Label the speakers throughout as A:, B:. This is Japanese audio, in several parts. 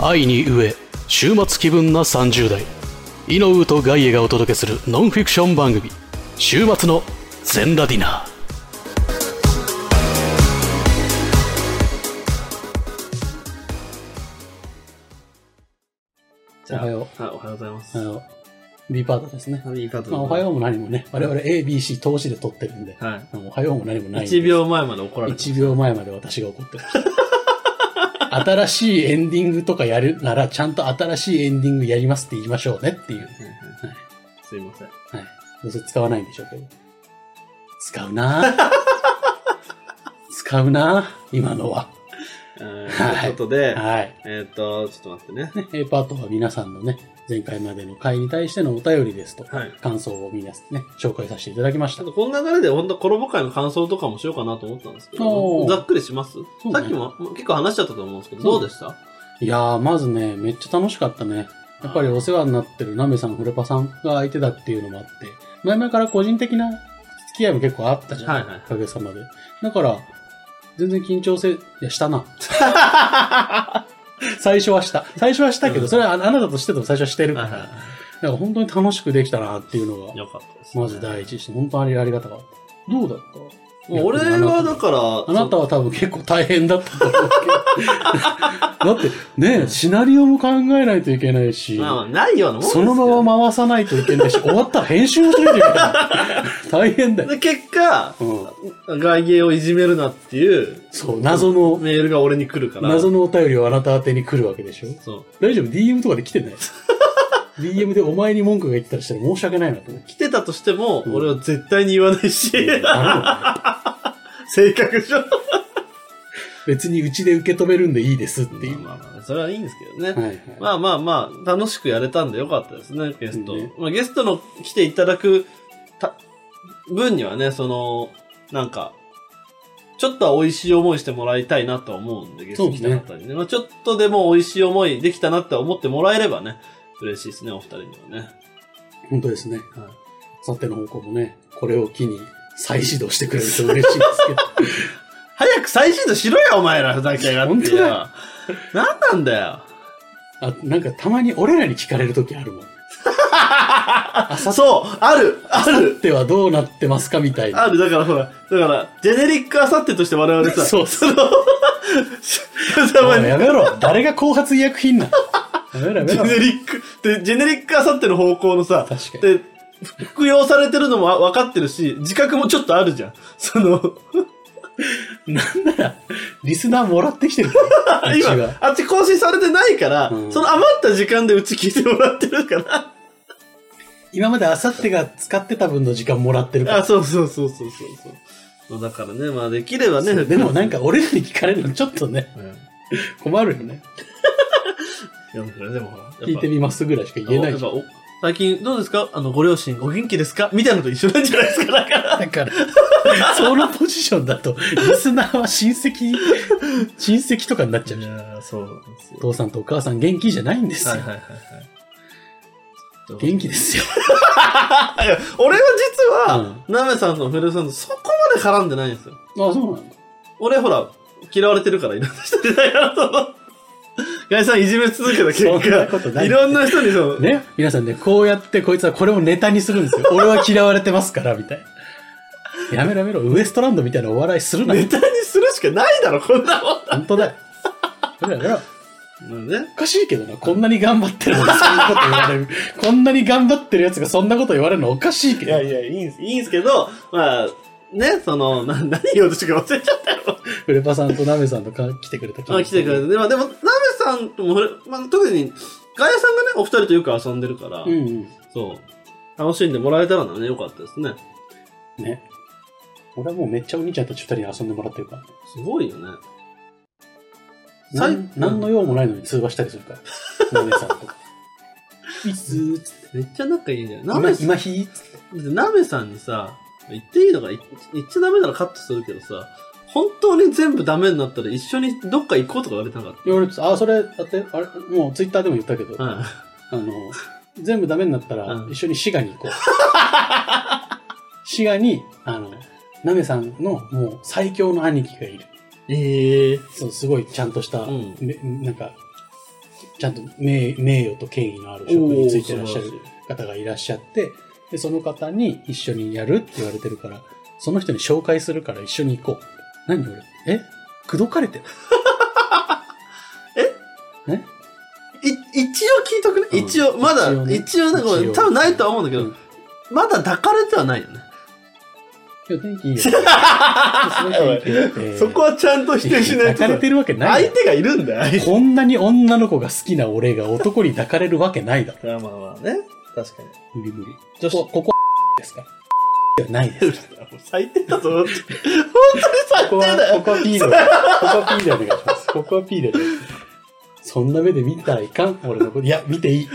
A: 愛に飢え週末気分な30代イノウとガイエがお届けするノンフィクション番組「週末の全ラディナー」
B: じゃあ
C: おはよ
B: あ、おはようございま
C: あ
B: す。
C: の、B パートですね。
B: いいかと
C: まあ、おはようも何もね、我々 A、B、C 投資で撮ってるんで、
B: は。
C: おはようも何もないい。
B: 1。秒前まで怒られて
C: 1秒前まで私が怒ってました。新しいエンディングとかやるなら、ちゃんと新しいエンディングやりますって言いましょうねっていう。
B: はいはい すいません。
C: はい。どうせ使わないんでしょうけど。使う なぁ使うなぁ今のは。
B: えー
C: は
B: と
C: い
B: いうことで、
C: はい。
B: えっと、ちょっと待ってね。
C: ね A パートは皆さんのね、前回までの回に対してのお便りですとか、
B: はい
C: 感想を皆さんね、紹介させていただきまし
B: ち
C: た
B: ょっ。とこの流れで本当衣会の感想とかもしようかなと思ったんですけど、
C: おー
B: ざっくりします、
C: う
B: さ
C: ね
B: っきももう結構話しちゃったと思うんですけど、
C: そ
B: ど
C: う
B: うでした
C: いやー、まずね、めっちゃ楽しかったね。やっぱりお世話になってるナメさん、フレパさんが相手だっていうのもあって、前々から個人的な付き合いも結構あったじゃん。
B: はいはいはい
C: おかげさまで。だから、全然緊張せ、いや、した な。最初はした。最初はしたけ
B: う
C: ど、
B: ん
C: それはああなたとしてでも最初はしてるか
B: は
C: ら、
B: い
C: だ
B: は
C: から本当に楽しくできたなっていうのが
B: い。、よかったです、
C: まず第一にして、本当にありありがたかった。どうだった
B: もう俺はだから、
C: あなたは多分結構大変だったと思うけ ど。だってね、シナリオも考えないといけないし、
B: まあまあ、ないようなもんです
C: その
B: よ
C: 場は回さないといけないし、終わったら編集もしないといけない。 大変だよ。
B: で、結果、
C: うん。
B: 外芸をいじめるなっていう
C: そう、謎の、
B: メールが俺に来るから。
C: 謎のお便りをあなた宛てに来るわけでしょ
B: そう。
C: 大丈夫 ?DM とかで来て ない ?DM でお前に文句が言ってたりしたら申し訳ないなと 思って。
B: 来てたとしても、
C: うん
B: 俺は絶対に言わないし、
C: あの
B: 性格上。
C: 別にうちで受け止めるんでいいですっていう。
B: まあまあまあ、それはいいんですけどね。
C: はいはい。
B: まあまあまあ、楽しくやれたんでよかったですね、ゲスト。
C: ね
B: まあ、ゲストの来ていただくた分にはね、その、なんか、ちょっとは美味しい思いしてもらいたいなとは思うんで、ゲスト来た方にね。まあ、ちょっとでも美味しい思いできたなって思ってもらえればね、嬉しいですね、お二人にはね。
C: 本当ですね。
B: はい
C: さての方向もね、これを機に再始動してくれると嬉しいです けど。
B: 早く再始動しろよ、お前ら、ふざけやがって
C: 本当
B: よ。
C: だよ
B: 何なんだよ。
C: あ、なんかたまに俺らに聞かれるときあるもん。
B: そう、ある、ある、
C: ではどうなってますかみたいな。
B: ある、だからほら、だから、ジェネリックあさってとして我々さ、
C: そう
B: その、た
C: お
B: ま
C: い
B: に
C: やめろ誰が後発医薬品 なのやめろ
B: ジ
C: や
B: ェ
C: め
B: ネ
C: ろ。
B: リック、で、ジェネリックあさっての方向のさ、
C: 確かに。
B: で、服用されてるのもわ分かってるし、自覚もちょっとあるじゃん。その、
C: なんなら、リスナーもらってきてる。うち
B: 今
C: は。、
B: あっち更新されてないから、
C: うん
B: その余った時間でうち聞いてもらってるから。
C: 今まであさってが使ってた分の時間もらってるから
B: あ、。そうそうそうそうそうそう。まあだからね、まあできればね、
C: でもなんか俺らに聞かれるのちょっとね、
B: うん、い
C: 困るよね。
B: やだからでもほら、やっぱ
C: 聞いてみますぐらいしか言えない
B: やっ
C: じゃ
B: ぱお最近どうですかあの、ご両親お元気ですかみたいなのと一緒なんじゃないですかだから。
C: んだから、そのポジションだと、リスナーは親戚、親戚とかになっちゃうじゃん
B: やそうなんですよ。
C: 父さんとお母さん元気じゃないんですよ。
B: はいはいはいはい。
C: 元気ですよ。
B: あいや俺は実は、
C: う
B: ナメさんとフェルさんとそこまで絡んでないんですよ。
C: あ、そうなんだ。
B: 俺ほら、嫌われてるからいろんな人にだからその、 ガイさんいじめ続けた結
C: そんなこと
B: 果、
C: ない
B: いろんな人にその、
C: ね、皆さんね、こうやってこいつはこれをネタにするんですよ。俺は嫌われてますから、みたいな。やめろやめろ、ウエストランドみたいなお笑いするな。
B: ネタにするしかないだろ、こんなもん。
C: 本当だよ。やめろやめろ。
B: なんでね
C: おかしいけどな、こんなに頑張ってる のにそんなこと言われる。こんなに頑張ってるやつがそんなこと言われるのおかしいけ
B: い
C: ど
B: や。いや、いいんす、いいんすけど、まあ、ね、その、な何言おうとしてか忘れちゃったよ。
C: フレパさんとナメさんとか来てくれた
B: あ、来てくれ
C: た。
B: て。でも、でも、ナメさんともそれ、まあ、特に、ガイさんがね、お二人とよく遊んでるから、
C: うんうん。
B: そう。楽しんでもらえたらね、よかったですね。
C: ね。俺はもうめっちゃお兄ちゃんたち二人に遊んでもらってるから。
B: すごいよね。
C: な
B: 最
C: ん何の用もないのに通話したりするから。ナメさんと。いつつって
B: めっちゃ仲いいんだよ。ナ
C: 今、
B: メさん、
C: 今ひつって。
B: ナメさんにさ、言っていいのか、い言っちゃダメならカットするけどさ、本当に全部ダメになったら一緒にどっか行こうとか言われてなかっ
C: 言われて、あ、それ、だって、あれ、もうツイッターでも言ったけど、
B: た。うん。
C: あの、全部ダメになったら
B: う、ん
C: 一緒に滋賀に行こう。滋賀に、あの、ナメさんのもう最強の兄貴がいる。
B: ええ
C: そう、すごいちゃんとした、
B: うん
C: めなんか、ちゃんと名名誉と権威のある職に就いてらっしゃる方がいらっしゃって、で、その方に一緒にやるって言われてるから、その人に紹介するから一緒に行こう。何俺え口説かれてる
B: い一応聞いとくね。
C: うん
B: 一応、まだ、
C: 一応ね
B: 一応ね、こ
C: 一
B: れ
C: 応
B: 多分ないとは思うんだけど、
C: うん
B: まだ抱かれてはないよね。
C: 今日天気いいよ。 すごい天気良くて
B: そこはちゃんと否定しないと
C: 抱かれてるわけない
B: 相
C: よ。
B: 手がいるんだよ。
C: こんなに女の子が好きな俺が男に抱かれるわけないだろ。
B: まあまあまあね。確かに。
C: 無理無理。
B: 女
C: こ
B: 子。
C: ここはですかではないです。
B: 最低だぞ。本当に最
C: ここ
B: 低だ
C: は、こ
B: よ。
C: こは P で、ここは P でお願いします。ここは P でお願いします。そんな目で見たらいかん、俺のこと。いや、見ていい。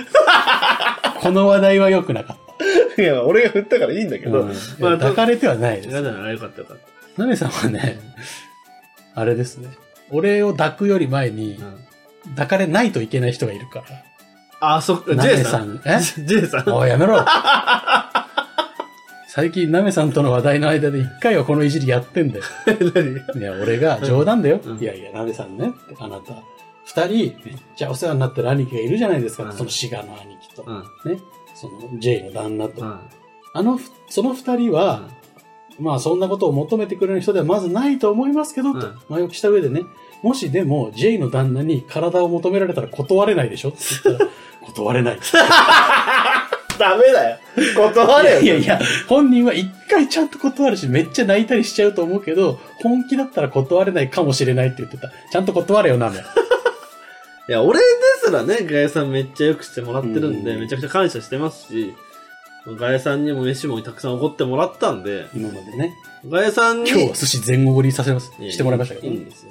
C: この話題は良くなかっ
B: いや、俺が振ったからいいんだけ
C: た。
B: ど。
C: うん
B: まあ
C: 抱かれてはないで
B: や
C: す。
B: だな、よかったよかっ
C: ナメさんはね、あれですね。俺を抱くより前に
B: た。、うん
C: 抱かれないといけない人がいるか。、
B: あ、そっから
C: ナ
B: J
C: メ
B: さ
C: さ
B: ん。
C: ん、え
B: J さん。
C: おい、やめ ろ。最近、ナメさんとの話題の間で一回はこのいじりやってんだよ。い
B: 何
C: や、俺が冗談だよ。
B: うん
C: いやいや、なべさんね、あなた、二人、めっちゃお世話になってる兄貴がいるじゃないですか。
B: うん
C: その滋賀の兄貴と、
B: うん。
C: ね、その J の旦那と。
B: うん。
C: あのふ、その二人は、まあ、そんなことを求めてくれる人ではまずないと思いますけど、
B: うん
C: と前置きした上でね、もしでも J の旦那に体を求められたら断れないでしょって言ったら、断れない。
B: ダメだよ。断れよ。
C: いやいや、本人は一回ちゃんと断るし、めっちゃ泣いたりしちゃうと思うけど、本気だったら断れないかもしれないって言ってた。ちゃんと断れよ、なめ。
B: いや、俺ですらね、ガヤさんめっちゃよくしてもらってるんで、
C: うん
B: めちゃくちゃ感謝してますし、ガヤさんにも飯もたくさんおごってもらったんで、
C: 今までね。
B: ガヤさんに、
C: 今日は寿司全おごりさせます。
B: いや
C: してもらいましたけど
B: いいんですよ。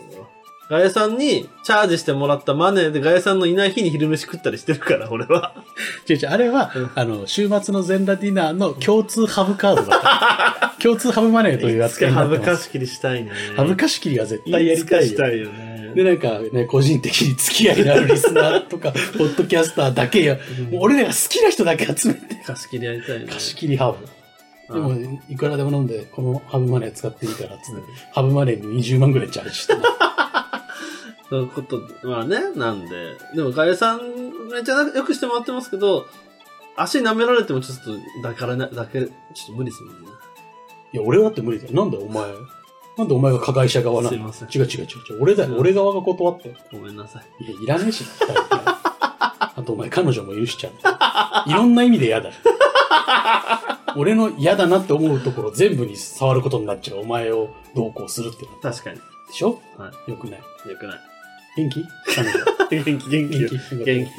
B: ガヤさんにチャージしてもらったマネーでガヤさんのいない日に昼飯食ったりしてるから、俺は。
C: 違う違う、あれは、
B: うん
C: あの、週末の全裸ディナーの共通ハブカードだった。共通ハブマネーという
B: いつ
C: 扱い
B: か
C: にな
B: 恥
C: って
B: ずか
C: ます。
B: しきりしたいね。
C: ハブ
B: し
C: かしきりは絶対やりた
B: い
C: い
B: つ
C: よ
B: かしたいよね。
C: で、なんかね、個人的に付き合いのあるリスナーと か、ポッドキャスターだけや、もう俺らが好きな人だけ集めて、
B: 貸し切りやりたいよね。
C: 貸し切りハブ。で
B: う
C: も
B: ん、
C: いくらでも飲んで、このハブマネー使っていいからっつって、ハブマネーに20万ぐらいチャージしてな。
B: そういうことはね、なんで。でも、ガエさん、めっちゃよくしてもらってますけど、足舐められてもちょっと、だからな、だけ、ちょっと無理ですもんね。
C: いや、俺だって無理だよ。なんだよお前。なんでお前が加害者側な
B: すい
C: の
B: ません。
C: 違う違う違う違う。俺だよ。俺側が断って。
B: ごめんなさい。
C: いや、いらねえし。 だってあとお前彼女もいるしちゃう。いろんな意味で嫌だ。俺の嫌だなって思うところ全部に触ることになっちゃう。お前をどうこうするってなっ
B: 確かに。
C: たでしょ
B: は
C: よくない。
B: い。よくない。
C: 元気彼女。
B: 元気、元
C: 元
B: 気。
C: 気
B: 元気、元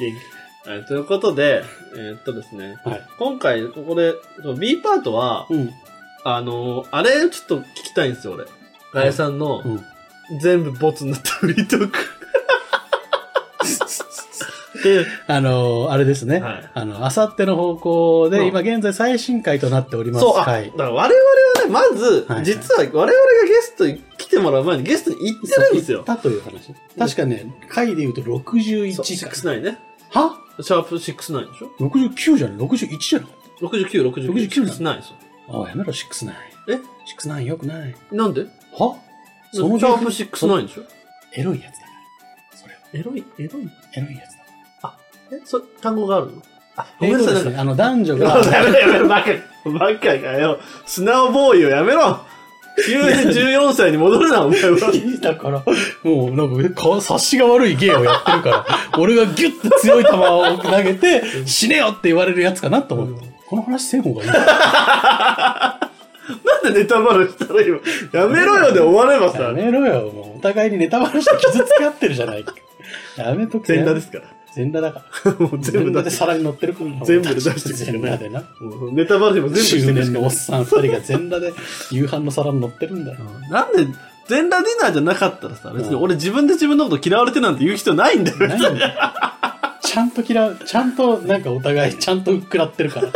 B: 気。はい、ということで、えーっとですね、
C: はい。
B: 今回、ここで、その B パートは、
C: うん。
B: あのーあれ、ちょっと聞きたいんですよ、俺。ガエさんの、
C: うん。
B: 全部ボツになったフリー トーク。で、
C: あのーあれですね。
B: はい
C: あの、あさっての方向で、
B: うん
C: 今現在最新回となっております。
B: そう、あ、
C: は
B: だ
C: い。
B: から我々はね、まず、
C: はい
B: 実は我々がゲストに来てもらう前にゲストに行ってるんですよ。
C: だという話。確かね、回で言うと61
B: そう
C: 回。
B: 69ね。
C: は
B: シャープ69でしょ
C: ?69 じゃない ?61 じゃない
B: ?69、69、
C: 69
B: 69ですよ。
C: ああ、やめろ、69。
B: え
C: ?69 よくない。
B: なんで
C: は
B: シャープ69でしょ
C: エロいやつだから。それは、
B: エロい、エロい
C: エロいやつだから。
B: え、そ、単語があるのあ、ご
C: え
B: めん
C: ー
B: な
C: と
B: さ
C: で
B: い、
C: す
B: なん
C: ね、
B: か。
C: あの、男女
B: や
C: が、
B: めろやめろ、 バカ、バカかよ。素直ボーイをやめろ急に14歳に戻るな、お前 は。
C: だから、もう、なんか、か察しが悪い芸をやってる から、俺がギュッと強い球を投げて、死ねよって言われるやつかなと思って。この話せん方がいい。
B: なんでネタバレしたら今、やめろよで終われば
C: や
B: さ、
C: めろよ、もう。お互いにネタバレして傷つけ合ってるじゃ ないか。やめとけ。
B: 全裸ですから。
C: 全裸だか
B: もう
C: ら。
B: 全
C: 全
B: 部
C: 裸
B: 出
C: で
B: し
C: 皿に乗ってるから。
B: 全部で出してくる
C: 全裸でな。
B: もうネタバレも全部して
C: 中
B: るし
C: 年
B: か
C: の
B: な
C: おっ
B: い。
C: さん二人が全裸で夕飯の皿に乗ってるんだよ。
B: なんで、全裸ディナーじゃなかったらさ、別に俺自分で自分のこと嫌われてるなんて言う必要ないんだよ。
C: ないんだよ。ちゃんと嫌う、ちゃんとなんかお互いちゃんと食らってるから。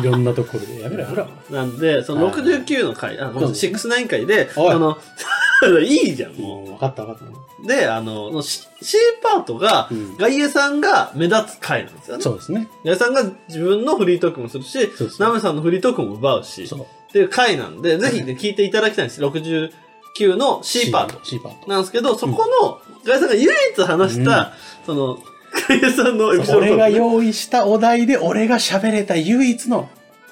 C: いろんなところで。やめろやめろ。
B: なんで、その
C: はい
B: 69の回、あ、ごめんなさい69回で、
C: おい
B: あの、 いいじゃん、も
C: もう分かった分かっ
B: う。で、あの、その C, C パートが、
C: うん
B: ガイエさんが目立つ回なんですよ
C: た。
B: ね。
C: そうですね。
B: ガイエさんが自分のフリートークもするし
C: そうそ、う
B: ナメさんのフリートークも奪うし、
C: そう。
B: っていう回なんで、ぜひね、聞いていただきたいんです。69の C パート。
C: C パート。
B: なんですけど、そこの、ガイさんが唯一話した、その、かげさんのエピソード
C: 俺が用意したお題で俺が喋れた唯一の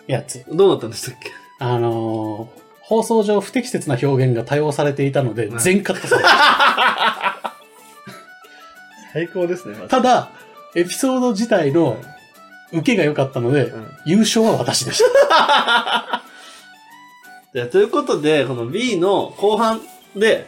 C: やつ。
B: どうなったんでしたっけ
C: あのー放送上不適切な表現が多用されていたので、
B: うん
C: 全カットされた。
B: 最高ですね、まず
C: ただ、エピソード自体の受けが良かったので、
B: ん
C: 優勝は私でし
B: じゃあということで、この B の後半で、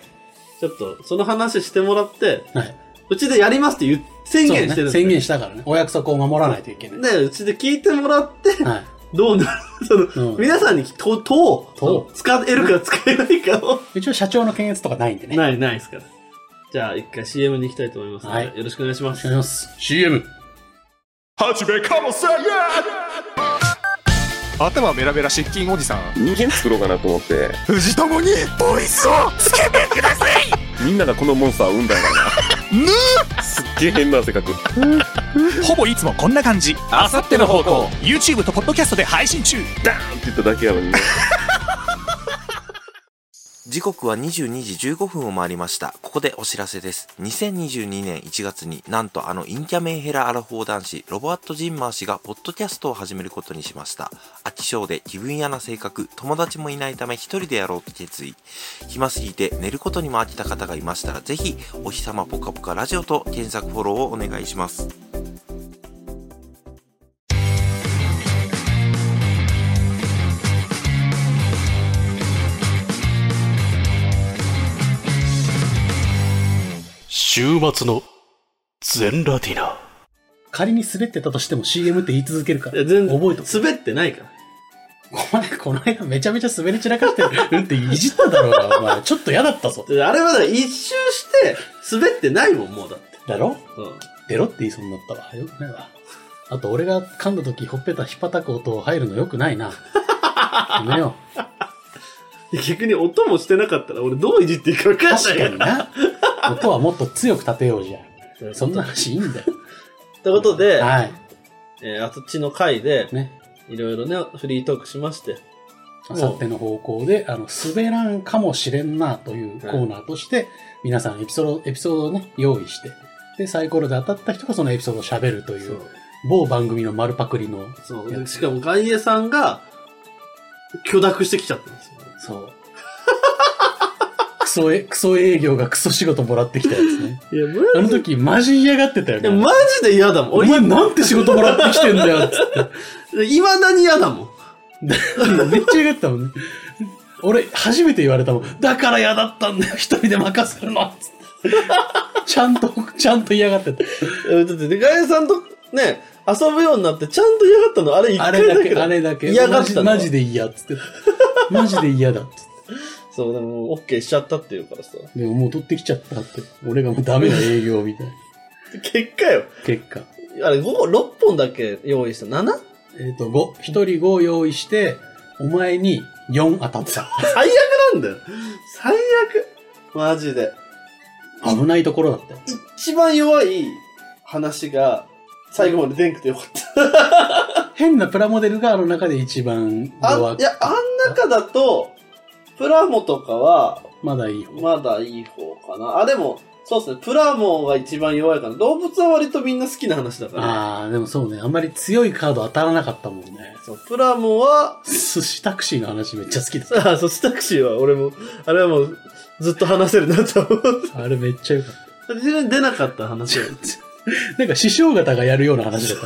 B: ちょっとその話してもらって、
C: た。はいう
B: ちでやりますって言う宣言してるん
C: そうね
B: ですよ
C: 宣言したからね。お約束を守らないといけない。
B: で、うちで聞いてもらって、
C: はい。
B: どうなるその、
C: うん
B: 皆さんにと、と、
C: と
B: 使えるか使えないかを、
C: 一応社長の検閲とかないんでね。
B: ない、ないですから。じゃあ、一回 CM に行きたいと思いますので、
C: はい
B: よろしくお願いします。
C: ます CM
D: 頭メラメラ失禁おじさん
E: 人間作ろうかなと思って
D: 藤友にボイスをつけてください
E: みんながこのモンスターを産んだんだなすっげえ変な性格
D: ほぼいつもこんな感じあさっての方向 YouTube とポッドキャストで配信中
E: ダーンって言っただけやのにね
F: 時刻は22時15分を回りました。ここでお知らせです。2022年1月になんとあのインキャメンヘラアラフォー男子、ロバート・ジンマー氏がポッドキャストを始めることにしました。飽き性で気分屋な性格、友達もいないため一人でやろうと決意。暇すぎて寝ることにも飽きた方がいましたら、ぜひ、お日様ぽかぽかラジオと検索フォローをお願いします。
A: 週末の全ラティナ
C: 仮に滑ってたとしても CM って言い続けるか
B: い
C: ら。
B: や全然、
C: 覚えとく。
B: 滑ってないから。
C: お前、この間めちゃめちゃ滑り散らかしてるっていじっただろうが、お 前。ちょっと嫌だったぞ。
B: であれはだから一周して、滑ってないもん、もうだって。
C: だろ
B: うん。
C: ベロって言いそうになったわ。よくないわ。あと、俺が噛んだ時、ほっぺたひっぱたく音入るのよくないな。やめよう。
B: で逆に音もしてなかったら、俺どういじっていいか分かんない
C: 確かにな。音はもっと強く立てようじゃん。
B: に
C: そんな話いいん だよ。
B: ということで、
C: はい。
B: えー、あとちの回で、
C: ね。
B: いろいろね、フリートークしまして、
C: あさっての方向で、あの、滑らんかもしれんなというコーナーとして、皆さんエピソード、エピソードをね、用意して、で、サイコロで当たった人がそのエピソードを喋るとい
B: そう
C: う、。某番組の丸パクリの、
B: そう。でしかも、ガイエさんが、許諾してきちゃったんですよ。
C: そう。クソえ、 クソ営業がクソ仕事もらってきたやつね。
B: いや、マ
C: あの時マジ嫌がってたよ
B: ジ
C: ね。
B: で嫌だもん。
C: お
B: 俺、
C: 前なんて仕事もらってきてんだよっつって。
B: いまだに嫌だもん。
C: めっちゃ嫌がってたもんね。俺、初めて言われたもん。だから嫌だったんだよ、一人で任せるの。つってちゃんと、ちゃんと嫌がってた。
B: えだって、でガイエさんとね、遊ぶようになって、ちゃんと嫌がったの、あれ一
C: あ
B: 回
C: れだ
B: だけ
C: け、
B: だ
C: あれだけ。
B: 嫌が
C: マ
B: っ
C: ジ
B: たの。
C: マジで嫌っつって。マジで嫌だっつっ
B: そう、でも、オッケーしちゃったっていうからさ。
C: て。でももう取ってきちゃったって。俺がもうダメな営業みたいな。
B: 結果よ。
C: 結果。
B: あれ、午後6本だけ用意した。7?
C: えっ、と、5。一人5用意して、お前に4当たった。
B: 最悪なんだよ。最悪。マジで。
C: 危ないところだったよ。
B: 一番弱い話が、最後まででんくてよかった。
C: 変なプラモデルがあの中で一番
B: あ
C: 弱
B: いや、あん中だと、プラモとかは、
C: まだいい方。
B: まだいい方かな。あ、でも、そうですね。プラモが一番弱いかな。動物は割とみんな好きな話だから。
C: ああ、でもそうね。あんまり強いカード当たらなかったもんね。
B: そう、プラモは、
C: 寿司タクシーの話めっちゃ好きです。
B: あ、そう、スタクシーは俺も、あれはもう、ずっと話せるなと思う。
C: あれめっちゃよかった。
B: 全然出なかった話 は。
C: なんか師匠方がやるような話だっ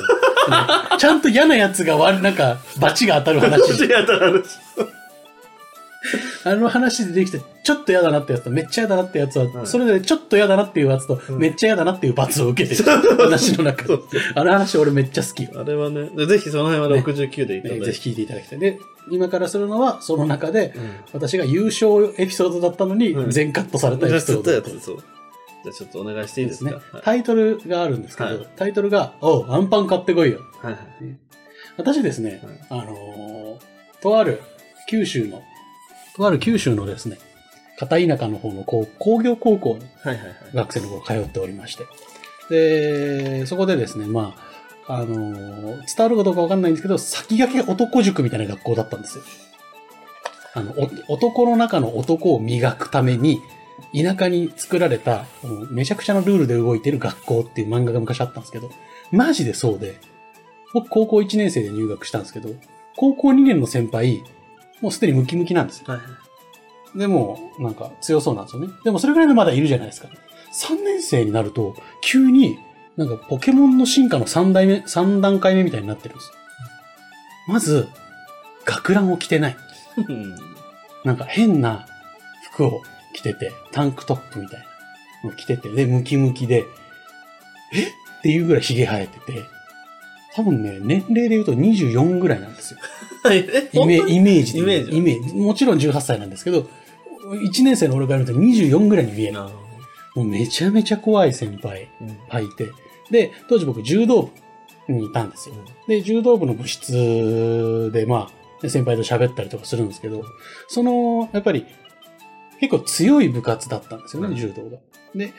C: た。ちゃんと嫌なやつが割る、なんか、罰が当たる
B: ちょっと
C: 話。
B: やった話。
C: あの話でできて、ちょっと嫌だなってやつと、めっちゃ嫌だなってやつは、
B: はい
C: それぞれちょっと嫌だなっていうやつと、
B: うん
C: めっちゃ嫌だなっていう罰を受 けてる。話の中で。あの話俺めっちゃ好きよ。
B: あれはね、でぜひその辺は69でいただ
C: ね
B: い
C: ぜ
B: て。
C: ひ聞いていただきたい。で、今からするのは、その中で、
B: うん
C: 私が優勝エピソードだったのに
B: う、ん
C: 全カットされた
B: じゃ
C: エ
B: あ
C: ピ
B: ち
C: ソ
B: ょっ
C: ー
B: と
C: ドだ
B: や
C: った。
B: つ、そう。じゃあちょっとお願いしていいですか
C: ね。タイトルがあるんですけど、
B: はい
C: タイトルが、おう、アンパン買ってこいよ。
B: はいはい。
C: 私ですね、あのーとある九州の、とある九州のですね、片田舎の方のこう工業高校に
B: はいはいはい。
C: 学生の頃通っておりまして、で、そこでですね、まあ、あのー伝わるかどうかわかんないんですけど、先駆け男塾みたいな学校だったんですよ。あの、お男の中の男を磨くために、田舎に作られた、もうめちゃくちゃなルールで動いてる学校っていう漫画が昔あったんですけど、マジでそうで、僕高校1年生で入学したんですけど、高校2年の先輩、もうすでにムキムキなんですよ。
B: はい。
C: でも、なんか強そうなんですよね。でもそれぐらいのまだいるじゃないですか。3年生になると、急に、なんかポケモンの進化の3代目、三段階目みたいになってるんですよ。まず、学ランを着てない。なんか変な服を着てて、タンクトップみたいなのを着てて、で、ムキムキで、えっていうぐらい髭生えてて、多分ね、年齢で言うと24ぐらいなんですよ。
B: え、
C: イ
B: 本
C: メ
B: 当
C: イ
B: に
C: メージで言う。
B: イ
C: イメージ。もちろん18歳なんですけど、1年生の俺から見ると24ぐらいに見える。
B: な
C: も
B: るほ
C: うめちゃめちゃ怖い先輩、
B: どうん
C: がいて。で、当時僕柔道部にいたんですよ。で、柔道部の部室で、まあ、ね先輩と喋ったりとかするんですけど、その、やっぱり、結構強い部活だったんですよね、柔道が。で、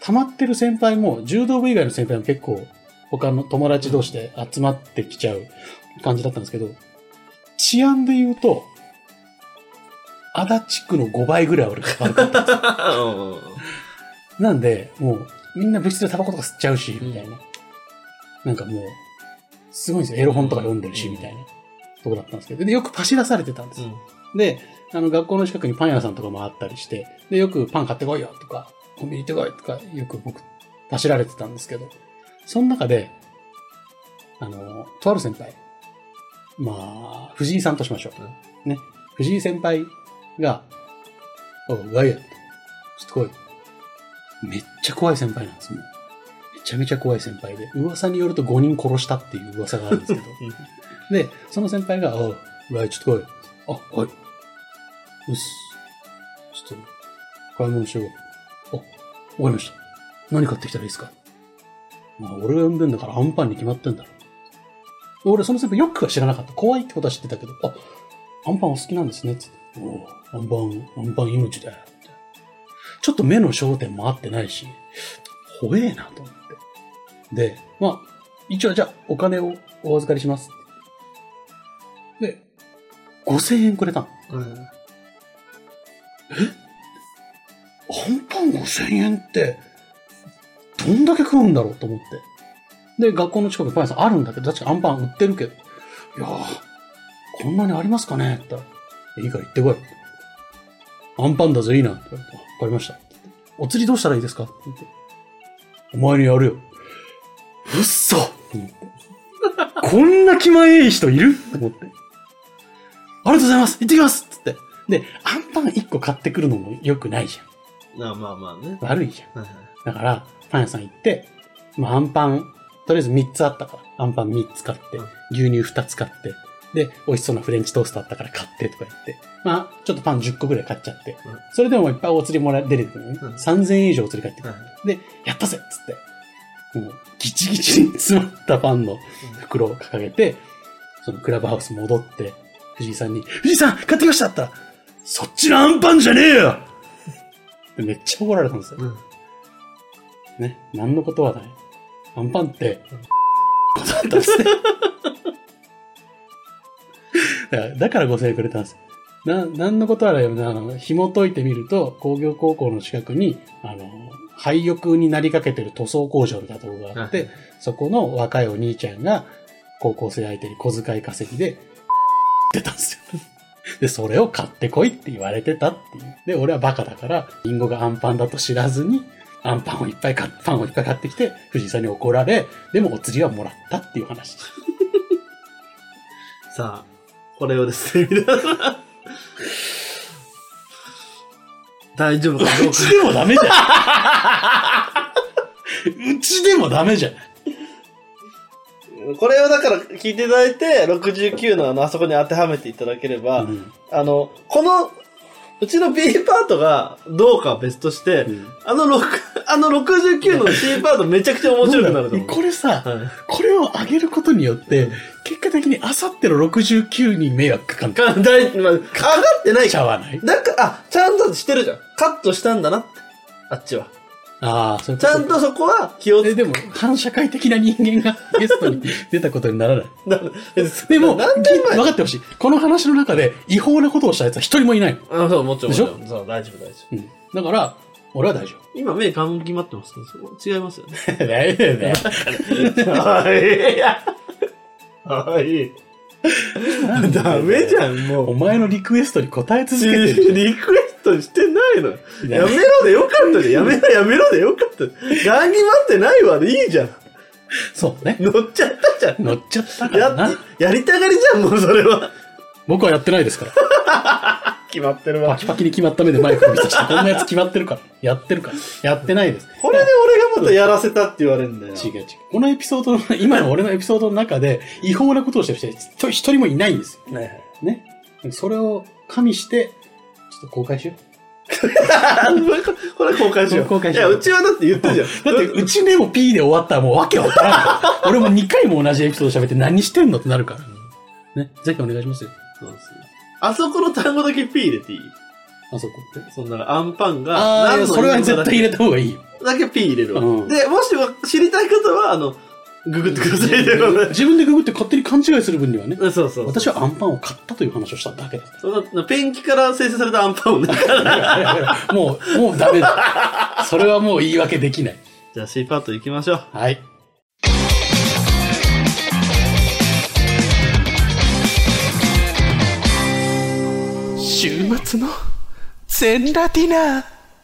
C: 溜まってる先輩も、柔道部以外の先輩も結構、他の友達同士で集まってきちゃう感じだったんですけど、治安で言うと、足立区の5倍ぐらい俺が悪かった。
B: うん
C: なんで、もう、みんな部室でタバコとか吸っちゃうし、みたいな。なんかもう、すごいんですよ。エロ本とか読んでるし、
B: うん
C: みたいなとこだったんですけど。で、よくパシ出されてたんですよ。で、あの、学校の近くにパン屋さんとかもあったりして、で、よくパン買ってこいよとか、コンビニ行ってこいとか、よく僕、パシられてたんですけど、その中で、あの、とある先輩、まあ、藤井さんとしましょう。ね。藤井先輩が、おう、ガイア、ちょっと来い。めっちゃ怖い先輩なんです、もう。めちゃめちゃ怖い先輩で、噂によると5人殺したっていう噂があるんですけど、で、その先輩が、おう、ガイア、ちょっと来い。あ、はい。よし。ちょっと、買い物しよう。あ、わかりました。何買ってきたらいいですかまあ、俺が呼んでんだからアンパンに決まってんだろ。で俺、その先輩よくは知らなかった。怖いってことは知ってたけど、あ、アンパンお好きなんですね。つって。おうアンパン、アンパン命だよ。みたいなちょっと目の焦点も合ってないし、怖えなと思って。で、まあ、一応じゃあ、お金をお預かりします。で、5000円くれたの。
B: うん
C: アンパン5000円って、どんだけ食うんだろうと思って。で、学校の近くにパン屋さんあるんだけど、確かにアンパン売ってるけど、いやー、こんなにありますかねって言ったら、いいから行ってこい。アンパンだぜ、いいな。って言われてわかりました。お釣りどうしたらいいですかって言ってお前にやるよ。うっそと思ってこんな気前いい人いると思って。ありがとうございます行ってきますつって。で、アンパン1個買ってくるのも良くないじゃん。
B: まあまあまあね。
C: 悪いじゃん。
B: はい
C: だから、パン屋さん行って、まあ、アンパン、とりあえず3つあったから、アンパン3つ買って
B: うん、
C: 牛乳2つ買って、で、美味しそうなフレンチトーストあったから買ってとか言って、まあ、ちょっとパン10個ぐらい買っちゃって
B: うん、
C: それでもいっぱいお釣りもらえ、出てくるのね。
B: うん
C: 3000円以上お釣り返ってくる。
B: はい
C: で、やったぜっつって、もう、ギチギチに詰まったパンの袋を掲げて、そのクラブハウス戻って、藤井さんに、藤井さん買ってきましたって言ったら、そっちのアンパンじゃねえよってめっちゃ怒られたんですよ。
B: うん
C: ね、何のことはない。アンパンって、ことだったんですね。だから だから5000円くれたんです。な、何のことはないよ。あの、紐解いてみると、工業高校の近くに、あの、廃浴になりかけてる塗装工場みたいなところがあって、そこの若いお兄ちゃんが、高校生相手に小遣い稼ぎで、 出たんですよ。で、それを買ってこいって言われてたっていう。で、俺はバカだから、リンゴがアンパンだと知らずに、アンパンをいっぱい買っパンをいっぱい買ってきて、藤井さんに怒られ、でもお釣りはもらったって いう話。
B: さあ、これをですね、 皆さん。大丈夫かどう
C: うちでもダメじゃ ん。うちでもダメじゃん。
B: か。 これをだから聞いていただいて、69のあの、あそこに当てはめていただければ、
C: うん
B: あの、この、うちの B パートがどうかは別として、
C: うん
B: あの6、あの69の C パートめちゃくちゃ面白くなると 思う。
C: これさ、
B: はい
C: これを上げることによって、結果的にあさっての69に迷惑かかん
B: か 大まあ、上がってない
C: ち
B: か
C: ゃわない
B: ら。だから、あ、ちゃんとしてるじゃん。カットしたんだなって。あっちは。
C: ああ、そういう
B: ち
C: こと
B: ゃんとそこは気を
C: え、
B: つけ
C: でも、反社会的な人間がゲストに出たことにならない。で
B: で
C: も、
B: 何
C: 分
B: 年前
C: かってほしい。この話の中で違法なことをした奴は一人もいない。
B: あ、そう、もちろん。
C: でしょ
B: もちろんそう、大丈夫、大丈
C: うんだから、俺は大丈夫。
B: 今目かむきまってますけど、そこ違いますよね。
C: 大丈夫 だよ。
B: はい。はい。ダメじゃん、も
C: お
B: う。
C: 前のリクエストに答え続けてる
B: リクエストしてないの。
C: じゃ
B: や
C: ん。
B: めろでよかったね。やめろ、やめろでよかった。ガンギマってないわでいいじゃん。
C: そうね。
B: 乗っちゃったじゃん。
C: 乗っちゃったから
B: や
C: な
B: っ。やりたがりじゃん、もうそれは。
C: 僕はやってないですから。
B: 決まってる
C: パ。キパキに決まった目でマイクを見させて、こんなやつ決まってるから。やってるから。やってないです。
B: これで俺がまたやらせたって言われるんだよ。
C: 違う違う。このエピソードの、今の俺のエピソードの中で、違法なことをしてる人は一人一人もいないんですよ。ね。それを加味して、ちょっと公開しよう。
B: あこれ公開しよう。
C: 公開しよう
B: いや、うちはだって言ったじゃん。
C: だって、うちでも P で終わったらもうわけわからんから。俺も2回も同じエピソード喋って何してんのってなるから。ね。ぜひお願いしますよ。
B: そうですねあそこの単語だけ P 入れていい
C: あそこって。
B: そんなアンパンが、
C: ああ、
B: 何の
C: それは絶対入れ
B: だ
C: た方がいいよ。
B: けだけ P 入れるわ。
C: うん
B: で、もしも知りたい方は、あの、ググってくださいということで
C: 自分でググって勝手に勘違いする分にはね。
B: うんそうそうそう。
C: 私はアンパンを買ったという話をしただけだか
B: そのペンキから生成されたアンパンをね
C: ら。もう、もうダメだ。それはもう言い訳できない。
B: じゃあ C パート行きましょう。
C: はい。
A: 週末の全裸ディナー